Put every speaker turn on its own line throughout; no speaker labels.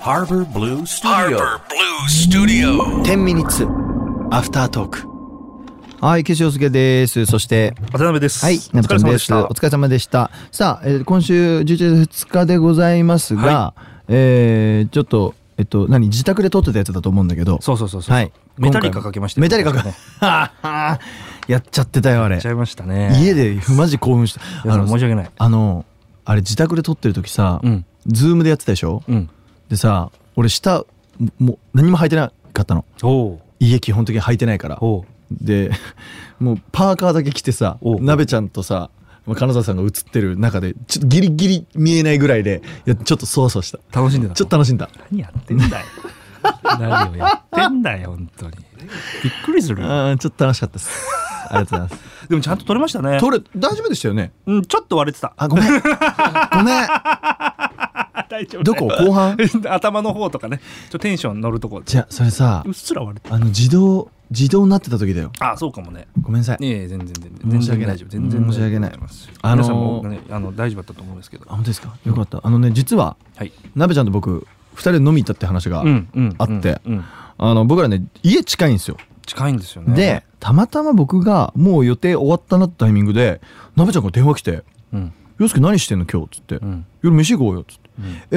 Harbor Blue Studio
Harbor Blue Studio
10ミニッツアフタートークはい岸洋介ですそして
渡辺です。
はい
お
ナプ
疲
ちゃ
れ様
んで
でし
す
た。
お疲れ様でしたさあ、えー今週11月2日でございますが、
は
えーちょっとえっと何自宅で撮ってたやつだと思うんだけど
そうそうそうそう。
はい
メタリカかけましたよ
メタリカかけ やっちゃってたよあれ
やっちゃいましたね。
家でマジ興奮した
いや
あの
申し訳ない。
あのあれ自宅で撮ってる時さ、
うん
ズームでやってたでしょ、
うん。
でさ俺下もう何も履いてなかったの
おう
家基本的に履いてないから
おう
で もうパーカーだけ着てさ
おう
なべちゃんとさまあ金沢さんが映ってる中でちょっとギリギリ見えないぐらいでいやちょっとそわそわした
楽しんでたの。
ちょっと楽しんだ
何やってん だよ。何をやってんだよ本当に。びっくりする。
うんちょっと楽しかったです ありがとうございます
でもちゃんと取れましたね。
撮れ大丈夫でしたよね
うんちょっと割れてた。
あごめん ごめん
大丈
どこ後半
頭の方とかね。ちょっとテンション乗るとこ。
じゃあそれさ
うっすら割れて
あの自動自動になってた時だよ
た。あそうかもね。
ごめんなさい
いえいえ全然全然
申し訳な
全然
い
大丈夫全然
申し訳な
大丈夫で
い
ござます
あのー
皆さんもねあの大丈夫だったと思うんですけど。
あ本当ですかよかったあのね実は
はい。
なべちゃんと僕2人で飲み行ったって話が、
うんうん
あって
うんうん
あの僕らね家近いんですよ
近いんですよね。
でたまたま僕がもう予定終わったなってタイミングでなべちゃんから電話来て
うん
「洋介何してんの今日」っつって「
うん
夜飯行こうよ」っつって「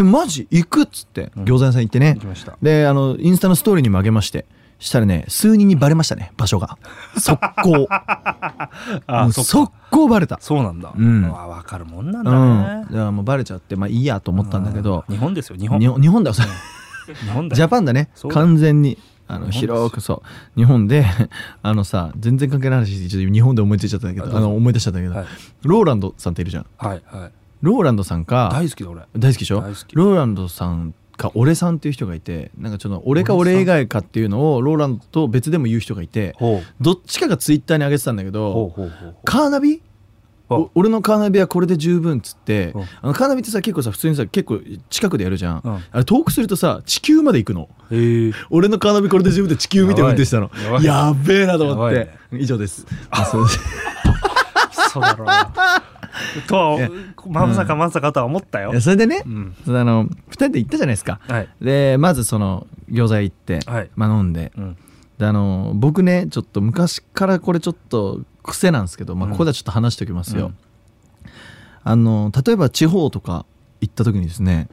うん
えマジ行く」っつって餃子屋さん行ってね
行き、ました。
であのインスタのストーリーにもあげましてしたらね数人にバレましたね場 所が速攻
あ
もう
そっか
速攻バレた
そうなんだ。
うん
あわかるもんなん
う
だ
ん
ね。
だからもうバレちゃってまあいいやと思ったんだけど、
日本ですよ日
日
本。
本
日
日本だよそれ
本だよ。
ジャパンだね
そう
完全にあの
日本です
広くそう日本で あのさ全然関係ない話ちょっと日本で思いついちゃったんだけ
あ
ど
ど
あ
うぞ
の思い出しちゃったんだけど、
はい
ローランドさんっているじゃん
はいはい。
ローランドさんか
大好きだ俺。
大好きでしょ
大好き
ローランドさんか俺さんっていう人がいてなんかちょっと俺か俺以外かっていうのをローランドと別でも言う人がいて
ほ
どっちかがツイッターに上げてたんだけ
うほう
ど
ほうほう
カーナビ
ほう
お。俺のカーナビはこれで十分っつって
うん
あのカーナビってさ結構さ普通にさ結構近くでやるじゃん、
うん
あれ遠くするとさ地球まで行くの
えー
俺のカーナビこれで自分で地球見て運転したの
やばい
やっべえなと思っ
や
て
ば
以上ですあそうです
そうだろうな。 と
いや
はまさかまさかとは思ったよ
いや。それでね
うん。
あの2人で行ったじゃないですか
はい
でまずその餃子屋行って、
はい
まあ、飲んで
うん
であの僕ねちょっと昔からこれちょっと癖なんですけど、まあ、
うん
ここではちょっと話しておきますよ、
うん
あの例えば地方とか行った時にですね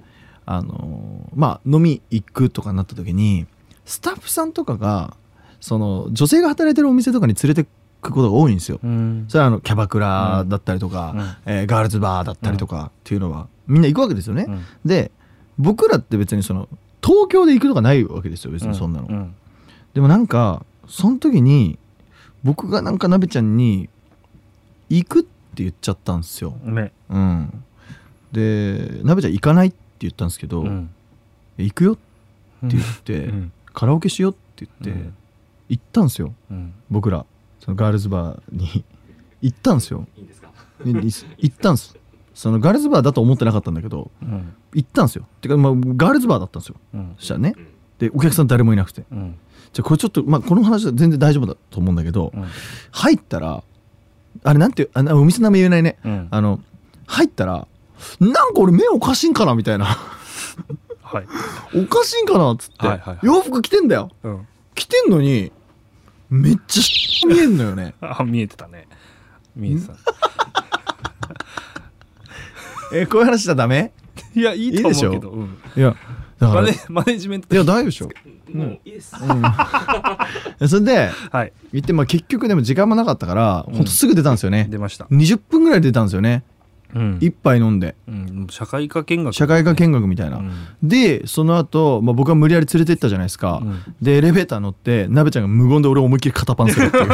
あのまあ飲み行くとかなった時にスタッフさんとかがその女性が働いてるお店とかに連れてくことが多いんですよ、
うん。
それはあのキャバクラだったりとか、えーガールズバーだったりとかっていうのはみんな行くわけですよね、
うん
で僕らって別にその東京で行くとかないわけですよ別にそんなの、
うん
でもなんかその時に僕がなんかなべちゃんに「行く」って言っちゃったんですよ、
うんね。
うん、でなべちゃん「行かない」って言ったんですけど「
うん
行くよ」って言って、
うん
カラオケしようって言って、
うん
行ったんですよ
うん
僕らそのガールズバーに行ったんですよでい行ったんですそのガールズバーだと思ってなかったんだけど
うん
行ったんですよてか、まあ、ガールズバーだったんですよ
うん
そしたらねでお客さん誰もいなくて
うん
じゃあこれちょっと、まあ、この話は全然大丈夫だと思うんだけど、
うん
入ったらあれなんていうあなお店の名前言えないね
うん
あの入ったらなんか俺目おかしいんかなみたいな
はい
おかしいんかなっつって、
はいはいはい
洋服着てんだよ
うん
着てんのにめっちゃ見えんのよね
あ見えてたね見えてた
えこういう話じゃダメ
いやいいと
いいでし
思
ょ
うけどうん
いやだか
マ
ら
ネ
い
マネジメント
や大丈夫 でしょ
もういいです。
うんそれで
はい
行って、まあ、結局でも時間もなかったから、ほんとすぐ出たんですよね
出ました
20分ぐらいで出たんですよね
うん
一杯飲んで
うん社会科見学
社会科見学みたいな、
うん
でその後、まあ僕は無理やり連れてったじゃないですか、
うん
でエレベーター乗ってなべちゃんが無言で俺を思いっきり肩パンするっ ていう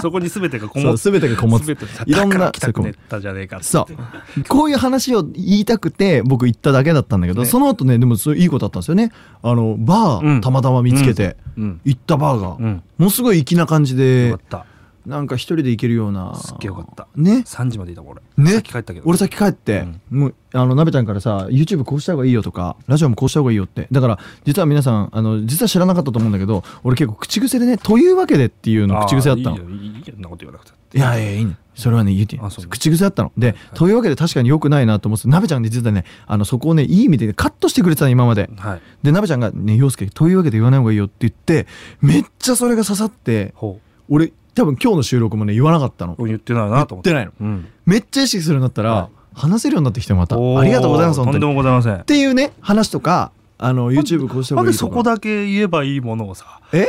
そこに全てがこも
そう
って
全てがこもっ
全
て
て
いろん
だから
な
来たくねったじゃねえかって
そうこういう話を言いたくて僕行っただけだったんだけど、
ね
その後ねでもそういいことあったんですよねあのバ
う
ー
ん
たまたま見つけて、
うん
行ったバーが、
うん
ものすごい粋な感じ
よ
で
かった
なんか一人で行けるような
すっげえよかった
ね
3時までいたもん俺
ね
さっき帰ったけど
俺先帰って、もうあのなべちゃんからさ YouTube こうした方がいいよとかラジオもこうした方がいいよってだから実は皆さんあの実は知らなかったと思うんだけど俺結構口癖でね「というわけで」っていうの口癖だったの
あーいいよいいよそんなこと言わなくたって
いやいやいいねそれはね言って
あそう
口癖だったのでというわけで確かに良くないなと思ってなべちゃんが実はねあのそこをねいい意味でねカットしてくれてたの今まで
はい
でなべちゃんがね「陽介というわけで言わない方がいいよ」って言ってめっちゃそれが刺さって
ほう
俺多分今日の収録もね言わなかったの
俺言ってないなと
言
思
っ
って
てないの
うん
めっちゃ意識するようになったら、
は
話せるようになってきてまた
おー
ありがとうございます本
と
当
んで
に
も
っ
ございません
ていうね話とかあの YouTube こうした
な
方
ん
がい
で
いと
そ
か
こだけ言えばいいものをさ
え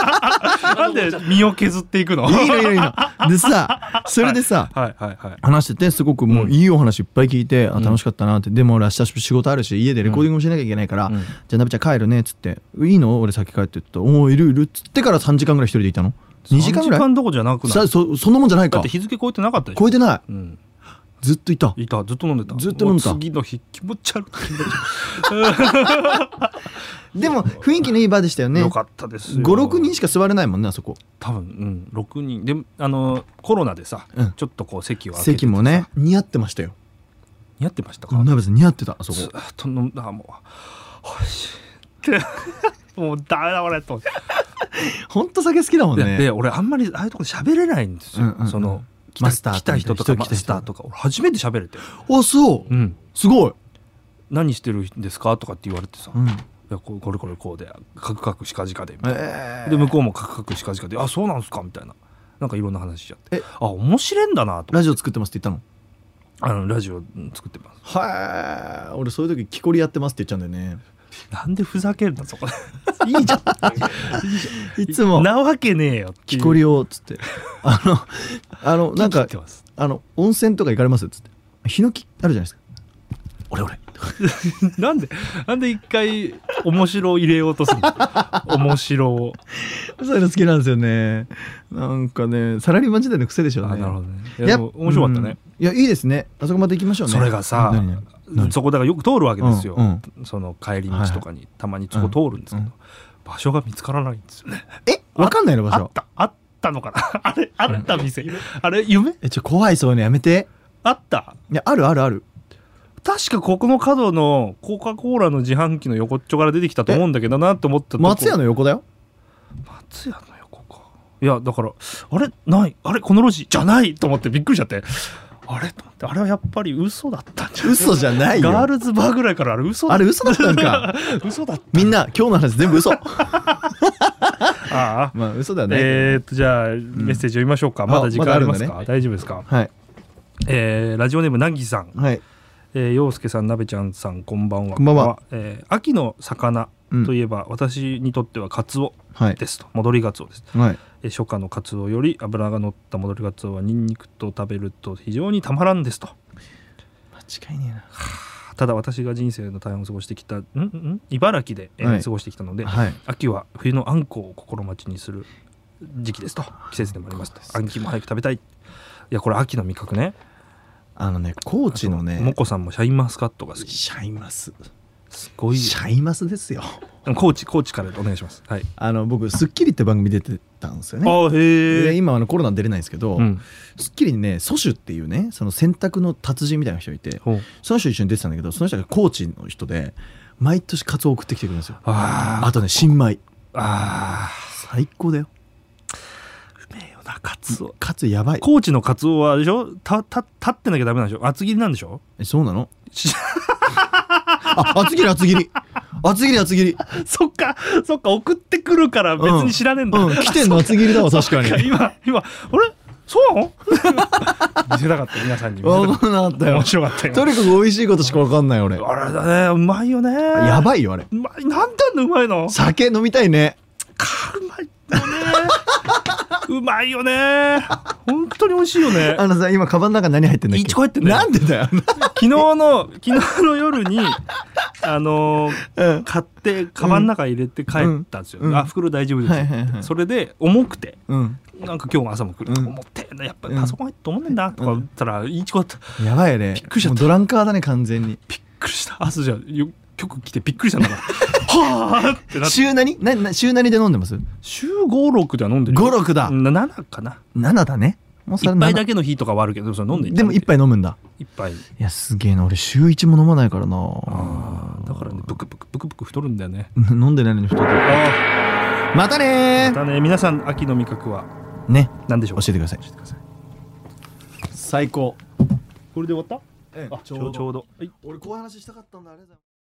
なんで身を削っていくのはい
いいのいいのいいのでさそれでさ、
はいはい
話しててすごくもういいお話いっぱい聞いて、あ楽しかったなってでも俺明日仕事あるし家でレコーディングもしなきゃいけないから、
うん
じゃあなべちゃん帰るねっつって「いいの俺先帰って」って言ったら「おおいるいる」っつってから3時間ぐらい一人でいたの2時間ぐ
3
らい
時間どころじゃなくな
さ
い
そそんなもんじゃない
だっ
か
て日付超えてなかったでしょ
超えてない
うん
ずっといた
いたずっと飲んでた
ずっと飲んでた
もう次の日気持ち悪く気持ち
でも雰囲気のいいバーでしたよ
悪い
ね
よかったですよ
56人しか座れないもんねあそこ
多分うん6人であのコロナでさ
うん
ちょっとこう席を空けて
席もね似合ってましたよ
似合ってましたか
鍋さん似合ってたあそ
ず
こ
ーっと飲んだもうおいしいってもうダメだ俺と思って
ほんと酒好きだもん
でで
ね
俺あんまりああいうとこで喋れないんですよ、
うんうんうん
その来た
マスター
来た人とか
みた
マ
いな人来た人
スターとか俺初めて喋れて、
あそ
う
う
ん、
すごい、
何してるんですかとかって言われてさ、
う
い
ん
やここれこれこうでカクカクしかじかでみたいな
え
で向こうもカクカクしかじかであそうなんすかみたいななんかいろんな話しちゃって
え
あ面白いんだなと
ラジオ作ってますって言ったの
あのラジオうん作ってます
はい俺そういう時木こりやってますって言っちゃうんだよね
なんでふざけるんだそ こで
いいじゃんいつも
なわけねえよってい
木
う
こりをっつって あのあのなん
切
か
ってます
あの温泉とか行かれますっつってヒノキあるじゃないですか俺俺
なんで、なんで一回、面白を入れようとするの面白を。
そういうの好きなんですよねなんかねサラリーマン時代の癖でしょう
あ、
ね
なるほどね。い
い
や、でも面白かったね。
うんいやいいですねあそこまで行きましょうね
それがさ
何々何
そこだからよく通るわけですよ。
うん
その帰り道とかに、たまにそこ通るんですけど、
うんうん
場所が見つからないんですよね。
えわかんないの場
あっ
所
た、あったのかな あれ、あった店。あれ、夢
えちょ怖いそういうのやめて
あった。
いやあるあるある
確かここの角のコカ・コーラの自販機の横っちょから出てきたと思うんだけどなと思ったとこ
松屋の横だよ
松屋の横かいやだからあれないあれこの路地じゃないと思ってびっくりしちゃってあれと思ってあれはやっぱり嘘だったんじゃない
嘘じゃないよ
ガールズバーぐらいからあれ嘘だ
あれ嘘だったんか
嘘だった
みんな今日の話全部嘘
ああ
まあ嘘だね、
えー、っとじゃあメッセージ読みましょうか、まだ時間あります
ま
か、
だ
大丈夫ですか、
はい
えー、ラジオネームなぎさん、
はい
えー、陽介さんなべちゃんさんこんばんは
こんばんは、
えー秋の魚といえば、私にとってはカツオ
はい
ですと戻りガツオです
はい
えー初夏のカツオより脂が乗った戻りガツオはニンニクと食べると非常にたまらんですと
間違いね
ただ私が人生の大半を過ごしてきたんん茨城で、えー
はい
過ごしてきたの
え
で、
なはい
秋は冬のあんこを心待ちにする時期ですと季節でもありますとあんきも早く食べたいいやこれ秋の味覚ね
あのね高知の
あとも
ね
こさんもシャインマスカットが好き
シャイマス
すごい
シャイマスですよ
高知高知からお願いしますはい、
あの僕『スッキリ』って番組出てたんですよね
あ
で
へえ、
今あのコロナ出れないんですけど
うん、
『スッキリ』にねソシュっていうねその選択の達人みたいな人がいて
ほう
その人一緒に出てたんだけどその人が高知の人で毎年カツオ送ってきてくるんですよ
あ
あとね新米
ああ
最高だよ
ーうめえよなカツオ
カツオやばい
高知のカツオはあれでしょたた立ってなきゃダメなんでしょ厚切りなんでしょ
えそうなの
し
あ厚切り厚切り厚切り厚切り
そっかそっか送ってくるから別に知らねえんだ、
うん来てんの厚切りだわ確かに
あそっ今今あれそうなの 見せたかった皆さんに見せたか
分
っ
かんなかった
た
よ
面白かった
と
よ
にかく美味しいことしか分かんない俺
あれだねうまいよね
や
い
ばいよあれ
うまいなんであんなうまいの
酒飲みたいね
かうまいよねうまいよね本当に美味しいよね
あのさ今カバンの中何入ってんだっけ
いちご入ってんだよ
なんでだよ
昨日の昨日の夜にあのー
うん
買ってカバンの中に入れて帰ったんですよ、
うんうん
あ袋大丈夫ですよ、
はいはいはい
それで重くて
うん
なんか今日も朝も来る、
うん
重ってえなやっぱりパソコン入って思うねんなとか言ったら、いいちごだったびっ
やばいよね
びっくりしちゃった
もうドランカーだね完全に
くりした朝じゃよ曲来てびっくりしたんだからはあってなって
週何なな週何で飲んでます
週56では飲んでるよ
56だ
な7かな
7だねもう
一
れ
杯
7
だけの日とかはあるけどそれ飲んでいい
でも一杯飲むんだ
一杯
いやすげえな俺週1も飲まないからな
あーだからねブクブクブクブク太るんだよね
飲んでないのに太ってるまたね
ま
ー
たね皆さん秋の味覚は
ね
何でしょ
教
う
えてください
教えてください
最高、
これで終わったあちょうどちょうどはい
俺こういう話したかったんだありがとうございます